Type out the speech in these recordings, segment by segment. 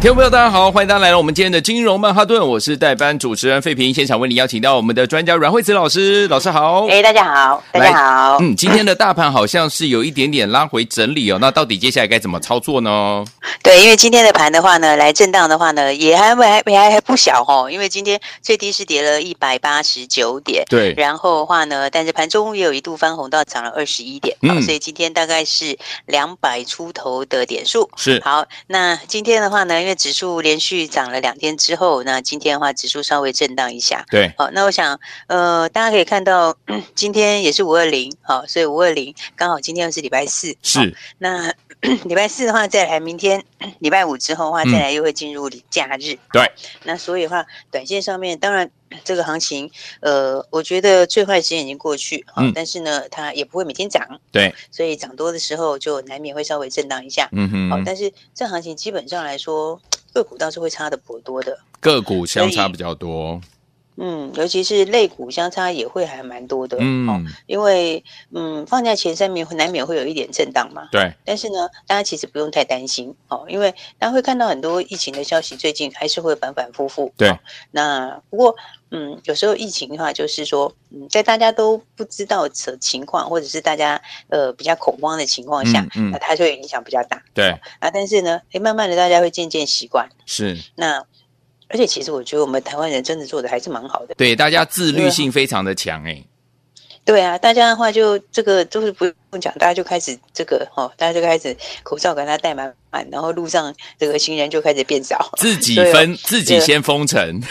听众朋友，大家好，欢迎大家来到我们今天的金融曼哈顿，我是代班主持人费平，现场为你邀请到我们的专家阮惠慈老师，老师好。哎、哦大家好，大家好。嗯，今天的大盘好像是有一点点拉回整理哦，那到底接下来该怎么操作呢？对，因为今天的盘的话呢，来震荡的话呢，也还还还还不小哦。因为今天最低是跌了一百八十九点，对然后的话呢，但是盘中也有一度翻红到涨了二十一点、好嗯所以今天大概是两百出头的点数。是好，那今天的话呢，因为指数连续涨了两天之后，那今天的话指数稍微震荡一下。对，好，那我想，呃，大家可以看到，嗯今天也是五二零，好，所以五二零刚好今天又是礼拜四，好是，那 礼拜四的话，再来明天 礼拜五之后的话，嗯再来又会进入假日。对，那所以的话，短线上面当然 这个行情，呃，我觉得最坏时间已经过去啊、嗯但是呢，它也不会每天涨，对，所以涨多的时候就难免会稍微震荡一下。嗯好、哼，但是这行情基本上来说，个股倒是会差的颇多的。个股相差所以比较多，嗯，尤其是类股相差也会还蛮多的。哦嗯，，因为嗯，放假前三名会难免会有一点震荡嘛。对，但是呢，大家其实不用太担心哦，因为大家会看到很多疫情的消息，最近还是会反反复复。对哦那不过，嗯，有时候疫情的话，就是说，嗯，在大家都不知道的情况，或者是大家呃比较恐慌的情况下，嗯那嗯，它就会影响比较大对，啊。但是呢，诶，慢慢的大家会渐渐习惯。是那而且其实我觉得我们台湾人真的做的还是蛮好的。对，大家自律对啊性非常的强，啊哎，对啊，大家的话就这个都是不用讲，大家就开始这个哦，大家就开始口罩给它戴满满，然后路上这个行人就开始变少。 自己对哦分，自己对先封城，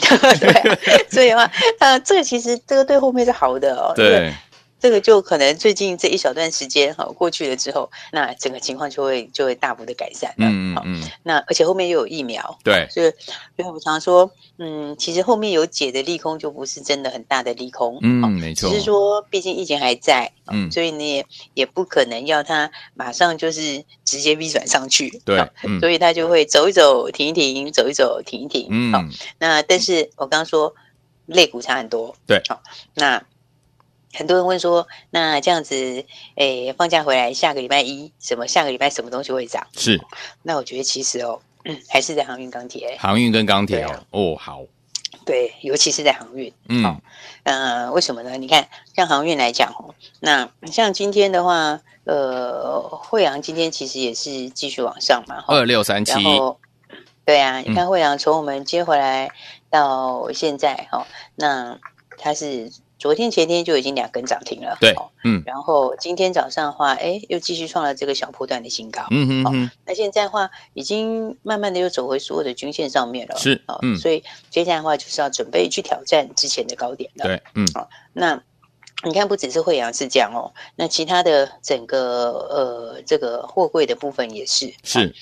对啊、所以的话，呃，这个其实这个对后面是好的哦。这个，对，这个就可能最近这一小段时间哈、哦、过去了之后，那整个情况就会就会大幅的改善了。嗯嗯好嗯，那而且后面又有疫苗，对，所以所以我常说，嗯，其实后面有解的利空就不是真的很大的利空。嗯哦，没只错，是说，毕竟疫情还在，嗯嗯，所以你也也不可能要它马上就是直接 V 转上去，对好，嗯所以它就会走一走，停一停，走一走，停一停，嗯好，那但是我刚刚说类股差很多，对好，那很多人问说，那这样子，诶，放假回来下个礼拜一什么，下个礼拜什么东西会涨？是那我觉得其实哦，嗯，还是在航运钢铁，航运跟钢铁对哦，哦，好，对，尤其是在航运，嗯好，呃，为什么呢？你看，像航运来讲哦，那像今天的话，呃，惠阳今天其实也是继续往上嘛，哈二，六三七，然后，对啊，你嗯看惠阳从我们接回来到现在哈、那它是昨天前天就已经两根涨停了，对哦，嗯然后今天早上的话，哎，又继续创了这个小波段的新高。嗯哼哼，那现在的话，已经慢慢的又走回所有的均线上面了，是哦嗯所以接下来的话就是要准备去挑战之前的高点了。对，嗯那你看，不只是惠阳是这样哦，那其他的整个呃这个货柜的部分也是，啊是，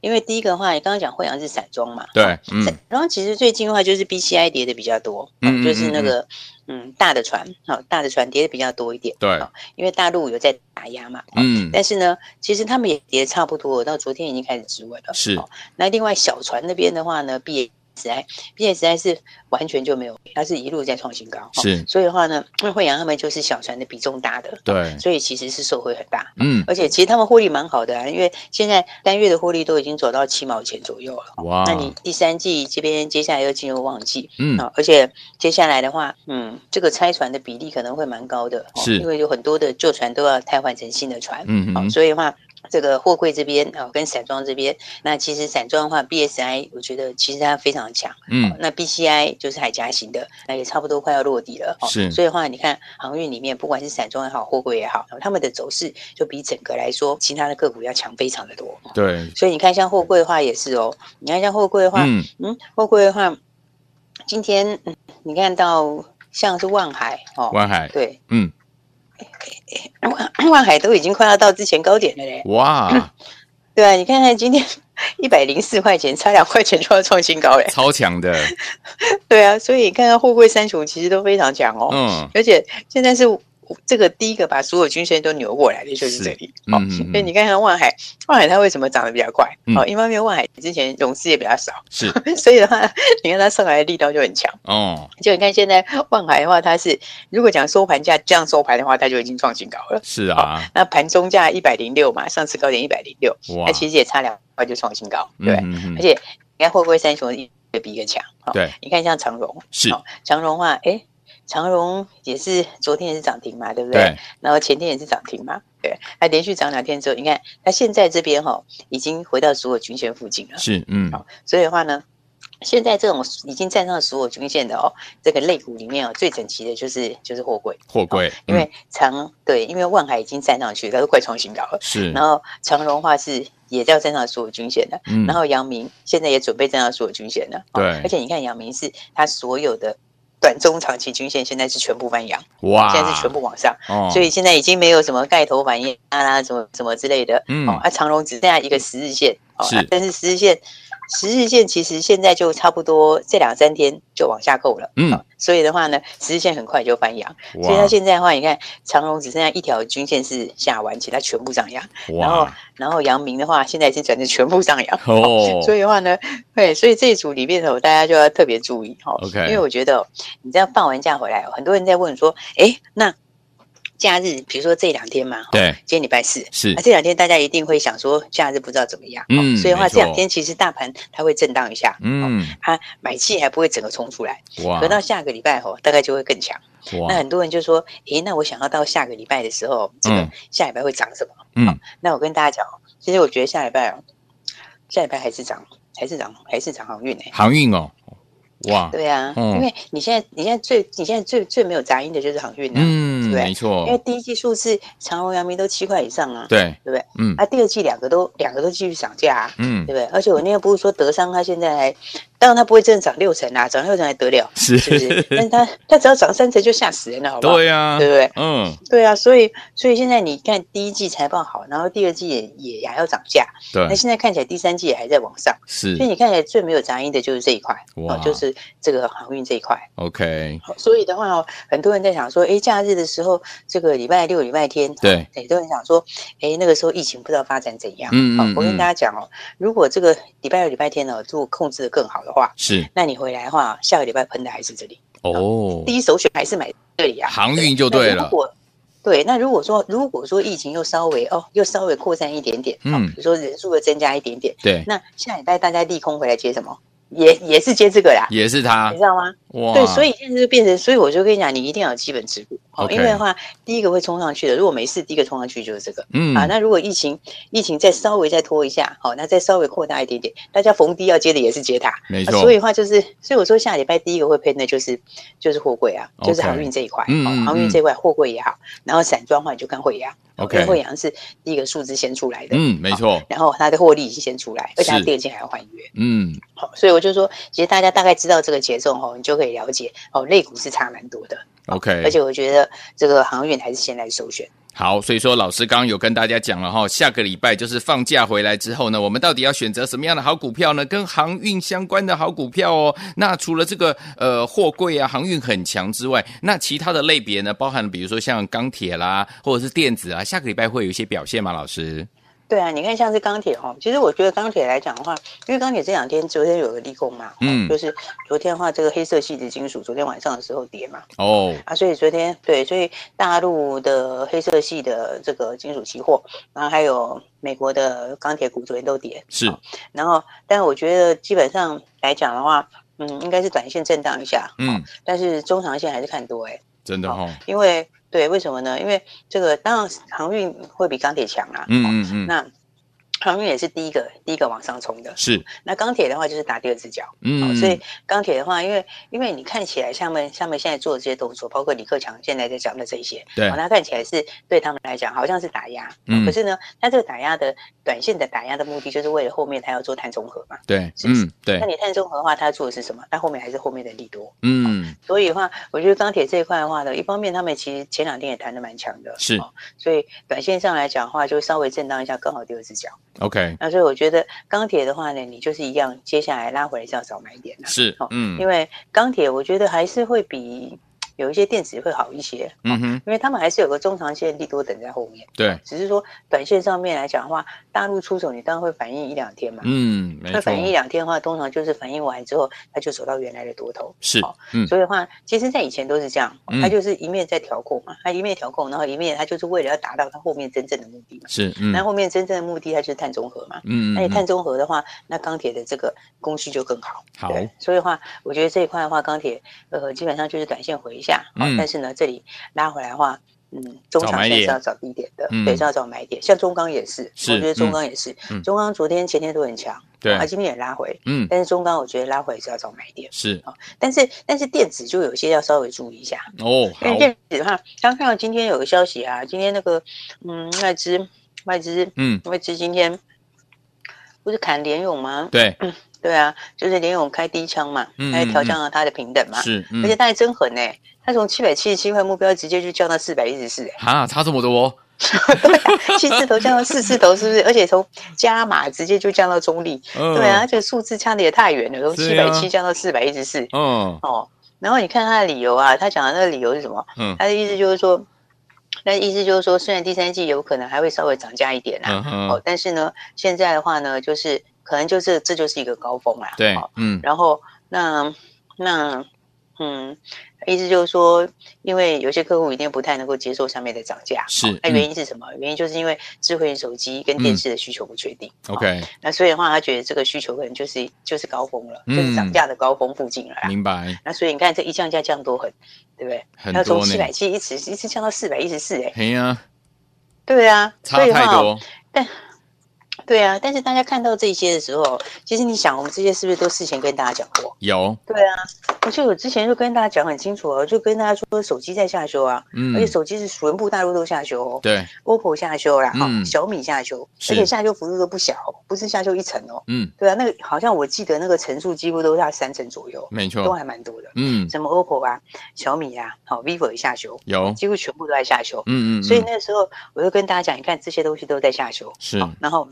因为第一个的话，你刚刚讲惠阳是散装嘛，对，嗯散装其实最近的话就是 BCI 跌的比较多，嗯嗯哦就是那嗯个嗯大的船，好、大的船跌的比较多一点，对哦因为大陆有在打压嘛，哦嗯但是呢，其实他们也跌差不多了，到昨天已经开始止稳了。是哦那另外小船那边的话呢，BSI，BSI 是完全就没有，它是一路在创新高。哦嗯是，所以的话呢， 因为惠阳他们就是小船的比重大的，对，所以其实是受惠很大。嗯，而且其实他们获利蛮好的、啊，因为现在单月的获利都已经走到七毛钱左右了。哇，那你第三季这边接下来又进入旺季，嗯啊，而且接下来的话，嗯，这个拆船的比例可能会蛮高的，哦是因为有很多的旧船都要汰换成新的船，嗯好、哼，所以的话，这个货柜这边啊、哦跟散装这边，那其实散装的话，BSI 我觉得其实它非常强，嗯那 BCI 就是海峡型的，那也差不多快要落地了，哦是所以的话，你看航运里面不管是散装也好，货柜也好，他们的走势就比整个来说，其他的个股要强非常的多，对，所以你看像货柜的话也是哦，你看像货柜的话，嗯嗯，货柜的话，今天嗯你看到像是万海哦，万海，对，嗯，万万海都已经快要到之前高点了嘞。 哇，对啊，你看看今天一百零四块钱，差两块钱就要创新高嘞。超强的，对啊，所以你看看货柜三雄其实都非常强哦，嗯而且现在是这个第一个把所有均线都扭过来的就是是这里。嗯哦，嗯嗯所以你看看万海，万海它为什么涨得比较快？嗯哦，一方面万海之前融资也比较少，是所以的话，你看它上来的力道就很强。哦，就你看现在万海的话，它是如果讲收盘价这样收盘的话，它就已经创新高了。是啊，那盘中价一百零六嘛，上次高点一百零六，哇那，其实也差两块就创新高，对不对。嗯而嗯嗯且你看会不会三雄一个比一个强？哦对，你看像长荣，是哦长荣的话，哎，长荣也是昨天也是涨停嘛，对不对？对，然后前天也是涨停嘛，对，它连续涨两天之后，你看它现在这边哈、哦、已经回到所有均线附近了，是嗯，好所以的话呢，现在这种已经站上所有均线的哦，这个类股里面哦最整齐的就是就是货柜，货柜，因嗯为长、对，因为万海已经站上去，它都快创新高了，是然，后长荣化是也要站上所有均线的，嗯然后阳明现在也准备站上所有均线了，哦对而且你看阳明是它所有的。短中长期均线现在是全部翻阳，哇，现在是全部往上，啊哦，所以现在已经没有什么盖头反应啊啦，什么什么之类的。嗯哦，啊，长荣只剩下一个十日线，哦，是啊但是十日线，十日线其实现在就差不多这两三天就往下扣了。嗯哦所以的话呢，十日线很快就翻阳，所以哇它现在的话，你看长荣只剩下一条均线是下弯，其他全部上扬。然后哇，然后阳明的话，现在已经转成全部上扬。哦，所以的话呢，对，所以这一组里面哦，大家就要特别注意哈、哦 OK 因为我觉得、哦、你这样放完假回来、哦，很多人在问说，诶，那假日，比如说这两天嘛，哦对，今天礼拜四，啊是那、这两天大家一定会想说，假日不知道怎么样，嗯所以的话没错这两天其实大盘它会震荡一下，哦，嗯，啊它买气还不会整个冲出来，哇，可到下个礼拜哦，大概就会更强。那哇，很多人就说，诶，那我想要到下个礼拜的时候，这个嗯下礼拜会涨什么？嗯，那我跟大家讲哦，其实我觉得下礼拜哦，下礼拜还是涨，还是涨，还是涨航运哎、航运哦，哇，对啊，嗯因为你现在你现在最你现在最最没有杂音的就是航运啊，嗯，对不对没因为错，第一季数字长荣、阳明都七块以上啊，对，对不对？嗯啊，第二季两个都两个都继续涨价啊，嗯对不，对？而且我那天不是说德商它现在还，当然它不会真的涨六成啊，涨六成还得了，是，是 不是？但是它它只要涨三成就吓死人了，好不好？对呀，对不对？嗯，对啊，所以所以现在你看第一季财报好，然后第二季也也还要涨价，那对，现在看起来第三季也还在往上，是所以你看起来最没有杂音的就是这一块，哇哦，就是这个航运这一块。 ，OK，好所以的话哦，很多人在想说，诶，假日的时候，这个礼拜六、礼拜天，对，很多人想说，诶，那个时候疫情不知道发展怎样。嗯好嗯我跟大家讲哦，如果这个礼拜六、礼拜天呢，如果控制的更好的话，是，那你回来的话，下个礼拜喷的还是这里，哦，第一首选还是买这里啊，航运就对对了那如果对，那如果说如果说疫情又稍微哦，又稍微扩散一点点，嗯哦比如说人数又增加一点点，对，那下礼拜大家利空回来接什么？也也是接这个啦，也是他你，知道吗？哇，对，所以现在就变成，所以我就跟你讲，你一定要有基本持股哦 OK 因为的话，第一个会冲上去的，如果没事，第一个冲上去就是这个、嗯啊。那如果疫情疫情再稍微再拖一下，好、那再稍微扩大一点点，大家逢低要接的也是接它，没啊错，所以的话就是，所以我说下礼拜第一个会喷的就是就是货柜啊，就是 OK 航运这一块，嗯哦嗯航运这一块货柜也好，然后散装的话你就看惠阳 OK 因为哦惠阳是第一个数字先出来的，哦嗯，没错，然后它的获利已经先出来，而且它是第二季还要换约。嗯，好，所以我就说，其实大家大概知道这个节奏哦，你就可以了解哦，肋骨是差蛮多的， OK，而且我觉得这个航运还是先来首选。好，所以说老师刚刚有跟大家讲了哈，下个礼拜就是放假回来之后呢，我们到底要选择什么样的好股票呢？跟航运相关的好股票哦。那除了这个呃货柜啊，航运很强之外，那其他的类别呢，包含比如说像钢铁啦，或者是电子啊，下个礼拜会有一些表现吗？老师？对啊，你看像是钢铁哦，其实我觉得钢铁来讲的话，因为钢铁这两天昨天有个利空嘛，哦嗯就是昨天的话，这个黑色系的金属昨天晚上的时候跌嘛，哦，啊，所以昨天对，所以大陆的黑色系的这个金属期货，然后还有美国的钢铁股昨天都跌，啊是，然后但我觉得基本上来讲的话，嗯，应该是短线震荡一下，啊嗯，但是中长线还是看多哎、真的哦，因为对，为什么呢？因为这个当然航运会比钢铁强啦，嗯嗯嗯，那航运也是第一个第一个往上冲的，是，那钢铁的话就是打第二只脚，哦嗯，所以钢铁的话，因为因为你看起来他们他们现在做的这些动作，包括李克强现在在讲的这些，对哦，那看起来是对他们来讲好像是打压，嗯可是呢，他这个打压的短线的打压的目的，就是为了后面他要做碳中和嘛。对，是不是嗯对那，你碳中和的话，他做的是什么？那后面还是后面的利多。嗯所以的话，我觉得钢铁这一块的话呢，一方面他们其实前两天也谈的蛮强的，是哦所以短线上来讲的话，就稍微震荡一下，刚好第二只脚。 OK，那所以我觉得钢铁的话呢，你就是一样，接下来拉回来是要少买一点的、是好，嗯因为钢铁我觉得还是会比有一些电子会好一些，嗯哼，因为他们还是有个中长线利多等在后面，对，只是说短线上面来讲的话，大陆出手你当然会反应一两天嘛。嗯，没那错反，应一两天的话，通常就是反应完之后，它就走到原来的多头。是好，嗯所以的话，其实，在以前都是这样，嗯它就是一面在调控嘛，它一面调控，然后一面它就是为了要达到它后面真正的目的嘛。是，嗯那后面真正的目的，它就是碳中和嘛。嗯，那你嗯碳中和的话，那钢铁的这个供需就更好。好对，所以的话，我觉得这一块的话，钢铁呃基本上就是短线回一下，好嗯但是呢，这里拉回来的话，嗯，中找长买线是点要找低点的，嗯对，是要找买点。像中钢也是，是我觉得中嗯钢也是，嗯中钢昨天前天都很强，对啊，今天也拉回，嗯，但是中钢我觉得拉回是要找买点，是但是但是电子就有些要稍微注意一下，哦，因好为，电子的话，刚看到今天有个消息啊，今天那个嗯外资外资嗯，外资今天不是砍联勇吗？对，对啊，就是联勇开第一枪嘛，嗯来调嗯嗯降了它的平等嘛，是，嗯而且，他还真狠呢、欸他从七百七十七块目标直接就降到四百一十四，欸啊，差这么多哦，七字头降到四字头，是不是？而且从加码直接就降到中立，嗯对啊，，这个数字差的也太远了，从七对百啊七降到四百一十四，嗯哦。然后你看他的理由啊，他讲的那个理由是什么？嗯他的意思就是说，那意思就是说，虽然第三季有可能还会稍微涨价一点啊，嗯嗯哦，，但是呢，现在的话呢，就是可能就是这就是一个高峰啦，对哦，嗯然后那那嗯，意思就是说，因为有些客户一定不太能够接受上面的涨价，是哦那、嗯原因是什么？原因就是因为智慧型手机跟电视的需求不确定、哦，OK，那所以的话，他觉得这个需求可能就是就是高峰了，嗯就是涨价的高峰附近了啦。明白，那所以你看，这一降价降多狠，对不对？很它从多呢七，百七一直一直降到四百一十四，哎，嘿呀，对啊，所差以的太话哦多，对啊。但是大家看到这些的时候，其实你想，我们这些是不是都事前跟大家讲过？有，对啊，而且我之前就跟大家讲很清楚哦，就跟大家说手机在下修啊，嗯而且，手机是全部大陆都下修哦对， ，OPPO 下修啦，哈、嗯小米下修，是而且下修幅度都不小哦，不是下修一层哦。嗯，对啊，那个好像我记得那个层数几乎都在三层左右，没都错，还蛮多的。嗯，什么 OPPO 啊、小米啊、好、vivo 也下修，有，几乎全部都在下修。嗯嗯，所以嗯那时候我就跟大家讲，你看这些东西都在下修，是，好，然后，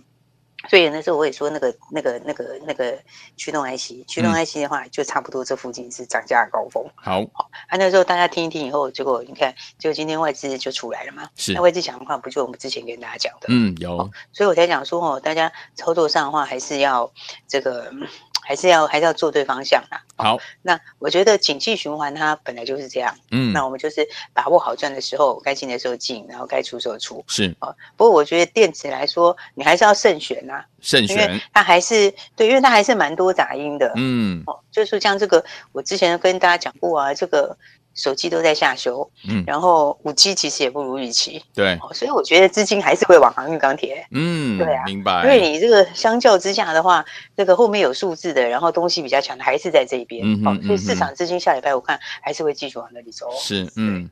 所以那时候我也说那个那个那个那个驱动 IC，驱动嗯 IC 的话就差不多这附近是涨价的高峰。好，啊，那时候大家听一听以后，结果你看，就今天外资就出来了嘛。是那，外资讲的话，不就我们之前跟大家讲的？嗯，有，所以我才讲说哦，大家操作上的话，还是要这个，嗯还是要还是要做对方向啦。好，那我觉得景气循环它本来就是这样，嗯，那我们就是把握好赚的时候，该进的时候进，然后该出时候出。是不过我觉得电子来说，你还是要慎选啊呐、慎因为选，它还是对，因为它还是蛮多杂音的。嗯哦，就是像这个，我之前跟大家讲过啊，这个手机都在下修，嗯，然后五 G 其实也不如预期，对，哦，所以我觉得资金还是会往航运钢铁，嗯对，啊明因为白，你这个相较之下的话，这个后面有数字的，然后东西比较强的还是在这一边，嗯哼哦，所以市嗯哼场资金下礼拜我看还是会继续往那里走哦。是，嗯。嗯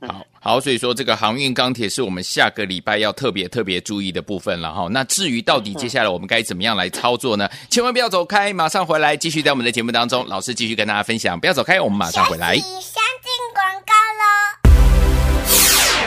好好，所以说这个航运钢铁是我们下个礼拜要特别特别注意的部分了哈。那至于到底接下来我们该怎么样来操作呢？千万不要走开，马上回来继续在我们的节目当中，老师继续跟大家分享。不要走开，我们马上回来休。息先进广告喽。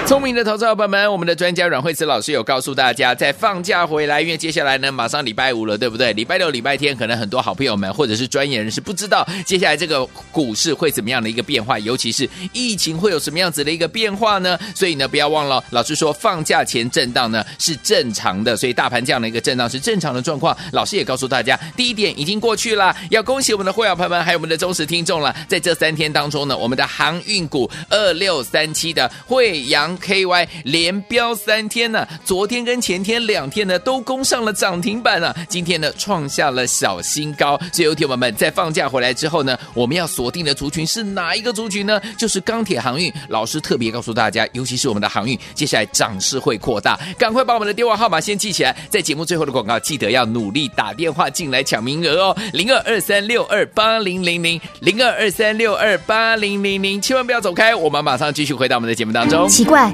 聪明的投资者朋友们，我们的专家阮慧慈老师有告诉大家，在放假回来，因为接下来呢，马上礼拜五了，对不对？礼拜六、礼拜天，可能很多好朋友们或者是专业人士不知道接下来这个股市会怎么样的一个变化，尤其是疫情会有什么样子的一个变化呢？所以呢，不要忘了，老师说放假前震荡呢是正常的，所以大盘这样的一个震荡是正常的状况。老师也告诉大家，第一点已经过去啦，要恭喜我们的会员朋友们，还有我们的忠实听众了。在这三天当中呢，我们的航运股二六三七的惠阳 KY 连标三天呢、昨天跟前天两天呢都攻上了涨停板啊，今天呢创下了小新高。所以，有铁友们在放假回来之后呢，我们要锁定的族群是哪一个族群呢？就是钢铁航运。老师特别告诉大家，尤其是我们的航运，接下来涨势会扩大，赶快把我们的电话号码先记起来，在节目最后的广告记得要努力打电话进来抢名额哦，零二二三六二八零零零零二二三六二八零零零，千万不要走开，我们马上继续回到我们的节目当中。奇怪，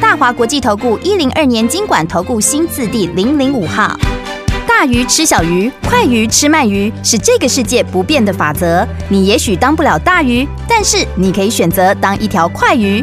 大华国际投顾一零二年经管投顾新字第零零五号。大鱼吃小鱼，快鱼吃慢鱼，是这个世界不变的法则。你也许当不了大鱼，但是你可以选择当一条快鱼。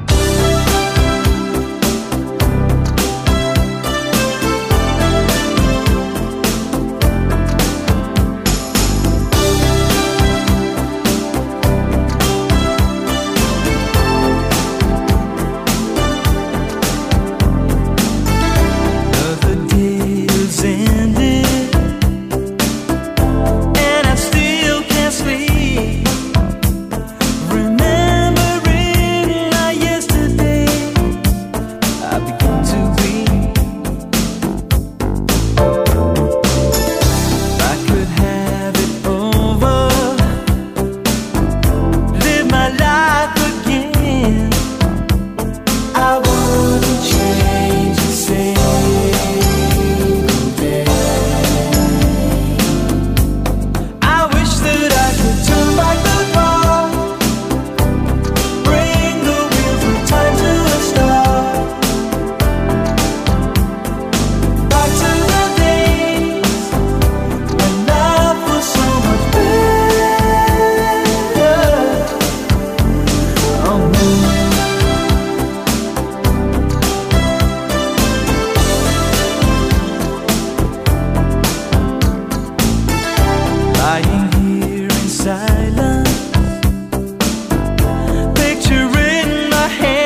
Another day is ended, and I still can't sleep. Remembering our Oh, oh,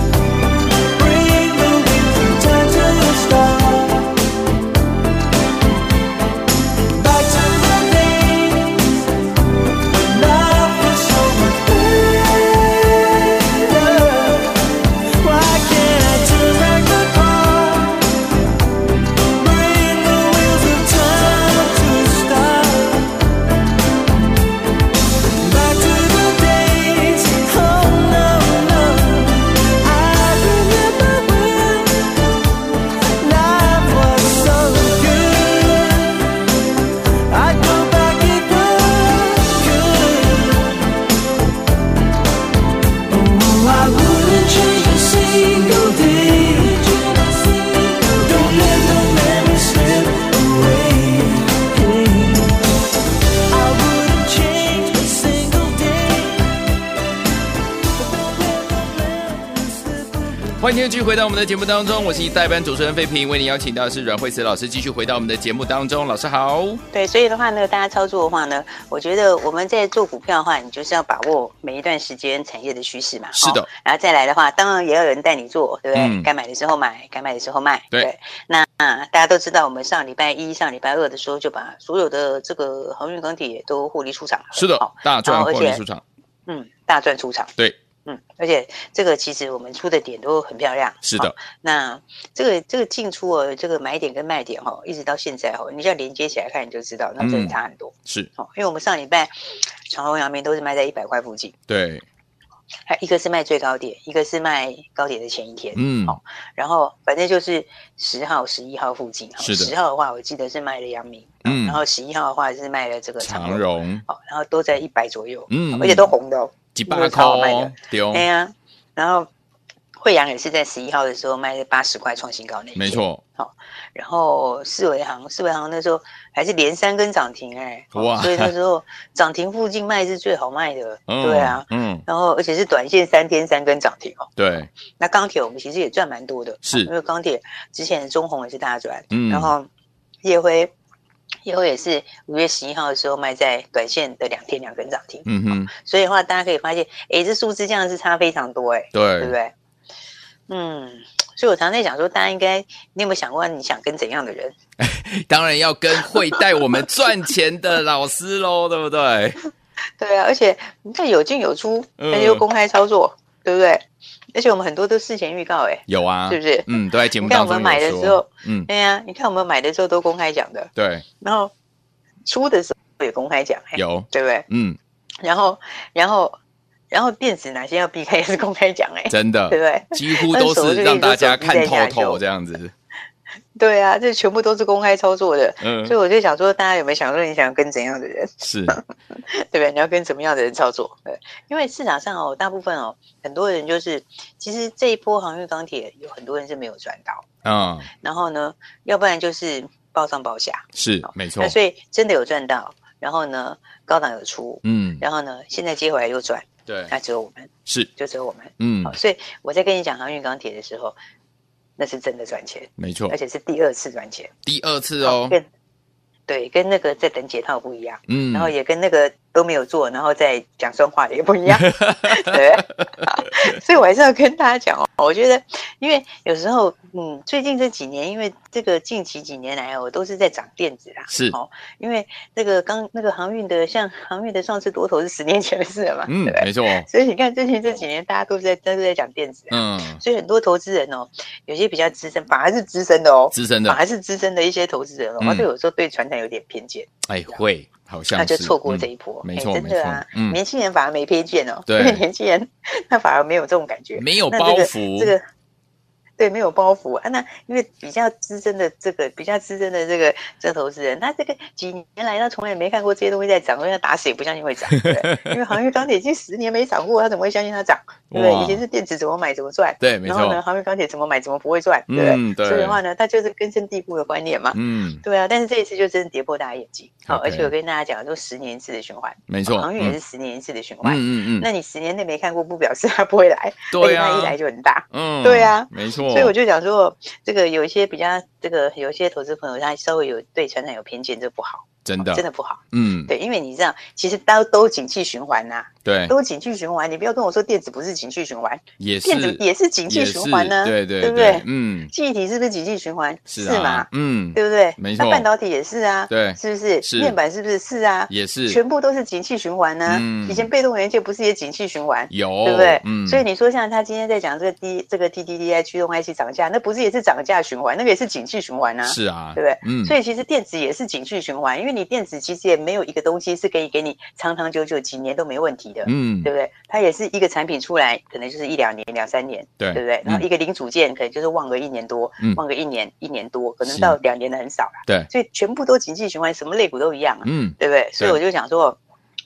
Oh, 欢迎继续回到我们的节目当中，我是代班主持人费平，为您邀请到的是阮慧慈老师，继续回到我们的节目当中，老师好。对，所以的话呢，大家操作的话呢，我觉得我们在做股票的话，你就是要把握每一段时间产业的趋势嘛。哦是的然后再来的话，当然也要有人带你做，对不对？嗯该买的时候买，该卖的时候卖。对那那大家都知道，我们上礼拜一、上礼拜二的时候，就把所有的这个航运钢铁也都获利出场了。是的哦，大赚好而获利且出场，嗯，大赚出场。对，嗯，而且这个其实我们出的点都很漂亮。是的哦那这个这个进出哦，这个买点跟卖点哦，一直到现在哦，你这样连接起来看，你就知道，那真嗯的差很多。是哦，因为我们上礼拜长隆、阳明都是卖在一百块附近， 对，还一个是卖最高点，一个是卖高点的前一天，嗯，好然后反正就是十号、十一号附近。是的十号的话，我记得是卖了阳明，嗯然后十一号的话是卖了这个长长荣，荣，好、然后都在一百左右，嗯而且都红的哦，几那把个超好卖扣的，丢对，哎呀、然后。惠阳也是在十一号的时候卖了八十块创新高那一天没。错，然后四维行，四维行那时候还是连三根涨停哎、哦哇所以那时候涨停附近卖是最好卖的，嗯，对啊。，嗯，然后而且是短线三天三根涨停哦。对，那钢铁我们其实也赚蛮多的，哦是因为钢铁之前中红也是大赚，嗯然后叶辉。叶辉也是五月十一号的时候卖在短线的两天两根涨停，嗯哼，所以的话大家可以发现，诶，这数字这样是差非常多、诶，对不对，对？嗯，所以我常在想说，大家应该，你有没有想过你想跟怎样的人？当然要跟会带我们赚钱的老师喽， 对不对？对啊，而且你看有进有出，嗯但是又公开操作，对不对？而且我们很多都事前预告、诶，有啊，是不是嗯，都在节目你看当我中们买的有时候说，，嗯，对哎呀、你看我们买的时候都公开讲的，对，然后出的时候也公开讲，嘿有，对不对？嗯，然后，然后，然后电子哪些要避开也 是公开讲、哎，真的 对，不对？几乎都是让大家看透透这样子，对啊，这全部都是公开操作的。嗯所，以我就想说，大家有没有想说你想跟怎样的人， 是，对不对？你要跟怎么样的人操作？对，因为市场上哦，大部分哦，很多人就是，其实这一波航运钢铁有很多人是没有赚到，嗯，然后呢，要不然就是报上报下，是，没错那，所以真的有赚到，然后呢，高档有出，嗯，然后呢，现在接回来又赚，对，那只有我们，是，就只有我们。嗯好，，所以我在跟你讲航运钢铁的时候，那是真的赚钱，没错而，且是第二次赚钱第二次哦，跟对，跟那个在等解套不一样，嗯然，后也跟那个都没有做，然后再讲酸话的也不一样， 对。 所以我还是要跟大家讲哦，我觉得，因为有时候，嗯，最近这几年，因为这个近期几年来哦，我都是在涨电子啦，是哦，因为那个刚那个航运的，像航运的上次多头是十年前的事了嘛，嗯对不，对？没错， 所以你看，最近这几年大家都是在都是在讲电子、啊，嗯，所以很多投资人哦，有些比较资深，反而是资深的哦，资深反的，而是资深的一些投资人哦，嗯他就有时候对船长有点偏见，哎，会，好像那就是错过这嗯一波，没哎错真的啊没错嗯，年轻人反而没偏见哦，对因为年轻人 他反而没有这种感觉，没有那包这个袱，这个对没有包袱啊。那因为比较资深的这个比较资深的这个这投资人，他这个几年来他从来没看过这些东西在涨，所以他打死也不相信会涨，对不 对因为航运钢铁已经十年没涨过，他怎么会相信它涨？对不哇对？以前是电子怎么买怎么赚，对没然后呢，错，航运钢铁怎么买怎么不会赚，对不对？嗯，所以对的，话呢，它就是根深蒂固的观念嘛。嗯，对啊，但是这一次就真的跌破大家眼镜，好、 OK 而且我跟大家讲，都十年一次的循环，没错，航运也嗯是十年一次的循环。嗯嗯嗯，那你十年内没看过，不表示它不会来，对而且它一啊来，就很大。嗯，对啊没错，所以我就想说，这个有一些比较，这个有一些投资朋友他稍微有对船长有偏见，这不好，真的真，的不好。嗯，对，因为你这样，其实都都景气循环呐、对，都景气循环，你不要跟我说电子不是景气循环，也哎是电子也是景气也循是环呢、对对对不对嗯，记忆体是不是景气循环？是啊，嘛，嗯，对不对？没错那半导体也是啊，对是不是？是面板是不是是啊？也是全部都是景气循环呢、嗯以前被动元件不是也景气循环？有，对不对？嗯，所以你说像他今天在讲这个 D 这个 T D D I 驱动 IC 涨价，那不是也是涨价循环，那个也是景气循环啊，是啊，对不对？嗯，所以其实电子也是景气循环，因为你电子其实也没有一个东西是可以给你长长久久几年都没问题的，嗯对，不对？它也是一个产品出来，可能就是一两年、两三年，对对不对？然嗯后一个零组件可能就是旺个一年多，嗯旺个一年一年多，可能是到两年的很少了。对，所以全部都景气循环，什么类股都一样啊，嗯，对不对？所以对我就想说，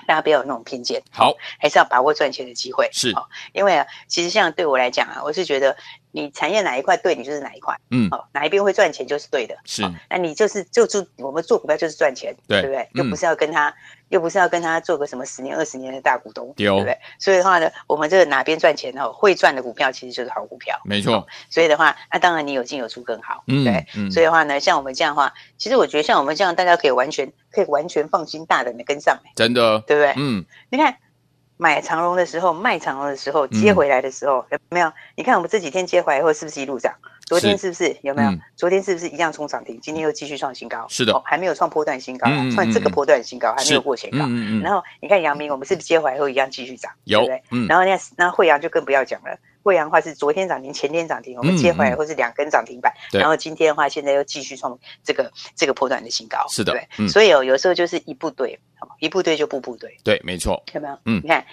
大家不要有那种偏见。好，还是要把握赚钱的机会。是哦，因为啊，其实像对我来讲啊，我是觉得你产业哪一块对，你就是哪一块，嗯哦，哪一边会赚钱就是对的，是哦那你就是就做我们做股票就是赚钱，对对不对？嗯又不是要跟他、又不是要跟他做个什么十年二十年的大股东，对哦对不对？所以的话呢，我们这个哪边赚钱哦，会赚的股票其实就是好股票，没错，所以的话，那、当然你有进有出更好，嗯对。嗯所以的话呢，像我们这样的话，其实我觉得像我们这样，大家可以完全可以完全放心大胆的跟上，真的，对不对？嗯，你看买长荣的时候，卖长荣的时候，接嗯回来的时候、有没有？你看我们这几天接回来以后，是不是一路涨？昨天是不是有没有？嗯昨天是不是一样冲涨停？今天又继续创新高？是的哦，还没有创波段新高啊嗯嗯，创这个嗯嗯波段新高，还没是有过前高。嗯嗯嗯，然后你看阳明，我们是不是接回来以后一样继续涨？对有不对？，嗯，然后那那惠阳就更不要讲了，惠阳的话是昨天涨停，前天涨停，我们接回来或是两根涨停板，嗯对然后今天的话现在又继续创这个这个波段的新高，是的对不对嗯所以哦，有时候就是一部队，好吗一部队就步步队，对，没错，有没有？嗯你看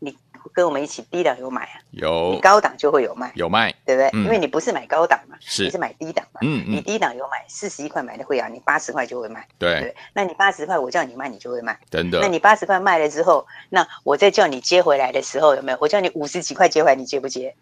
你跟我们一起低档有买啊，你有高档就会有卖，哦有卖，对不对？嗯因为你不是买高档嘛，你是是，买低档嘛，嗯你嗯，低档有买，四十一块买的惠阳，你八十块就会卖，对不对，对？那你八十块我叫你卖，你就会卖。真的那，你八十块卖了之后，那我再叫你接回来的时候，有没有？我叫你五十几块接回来，你接不接？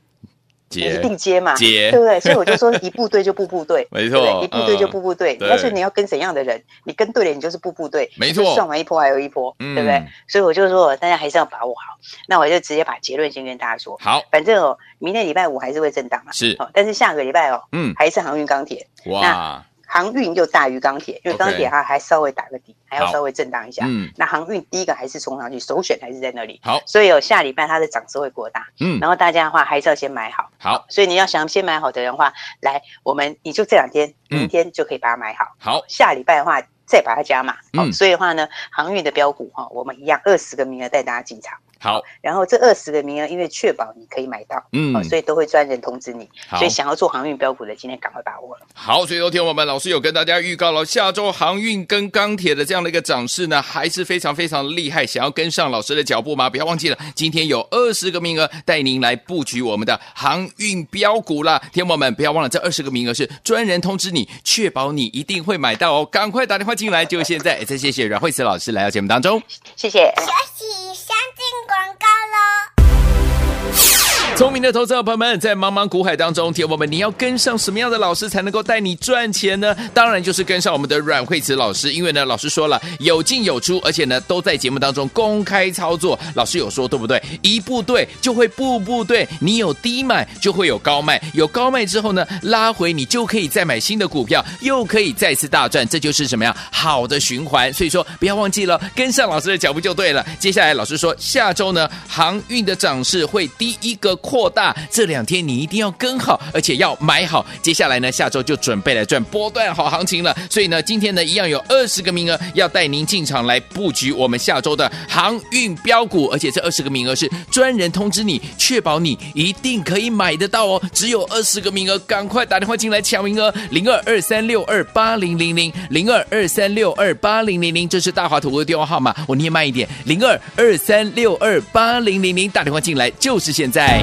你一姐，定接嘛，接对不对？所以我就说一步对就步步 对，没对不错嗯对，一步对就步步对。对但是你要跟怎样的人，你跟对了，你就是步步对，嗯没错你就算完一波还有一波，嗯对不对？所以我就说，大家还是要把握好。那我就直接把结论先跟大家说，好，反正哦，明天礼拜五还是会震荡嘛，是哦，但是下个礼拜哦，嗯，还是航运钢铁，哇，航运又大于钢铁，因为 OK 钢铁它还稍微打个底，还要好稍微震荡一下。嗯，那航运第一个还是冲上去，首选还是在那里。好，所以有、下礼拜它的涨势会扩大，嗯，然后大家的话还是要先买好。好，所以你要想先买好的人的话，来，我们你就这两天，嗯明天就可以把它买好，好，下礼拜的话再把它加码。嗯哦，所以的话呢，航运的标股哈、哦，我们一样二十个名额带大家进场，好，然后这二十个名额因为确保你可以买到。嗯哦，，所以都会专人通知你，好所以想要做航运标股的，今天赶快把握了。好，所以昨天我们老师有跟大家预告了，下周航运跟钢铁的这样的一个涨势呢，还是非常非常厉害。想要跟上老师的脚步吗？不要忘记了，今天有二十个名额带您来布局我们的航运标股啦。天友们，不要忘了这二十个名额是专人通知你，确保你一定会买到哦。赶快打电话进来，就现在！再谢谢阮慧慈老师来到节目当中。谢谢。休息一下，进广告喽。聪明的投资者朋友们，在茫茫股海当中，铁友们，你要跟上什么样的老师才能够带你赚钱呢？当然就是跟上我们的阮慧慈老师，因为呢，老师说了有进有出，而且呢都在节目当中公开操作。老师有说对不对？一步对就会步步对，你有低买就会有高卖，有高卖之后呢，拉回你就可以再买新的股票，又可以再次大赚，这就是什么呀？好的循环。所以说，不要忘记了跟上老师的脚步就对了。接下来老师说，下周呢航运的涨势会第一个扩大，这两天你一定要跟好，而且要买好。接下来呢，下周就准备来赚波段好行情了。所以呢，今天呢一样有二十个名额要带您进场来布局我们下周的航运标股，而且这二十个名额是专人通知你，确保你一定可以买得到哦。只有二十个名额，赶快打电话进来抢名额，零二二三六二八零零零零二二三六二八零零零，这是大华投资的电话号码，我念慢一点，零二二三六二八零零零，打电话进来就是现在。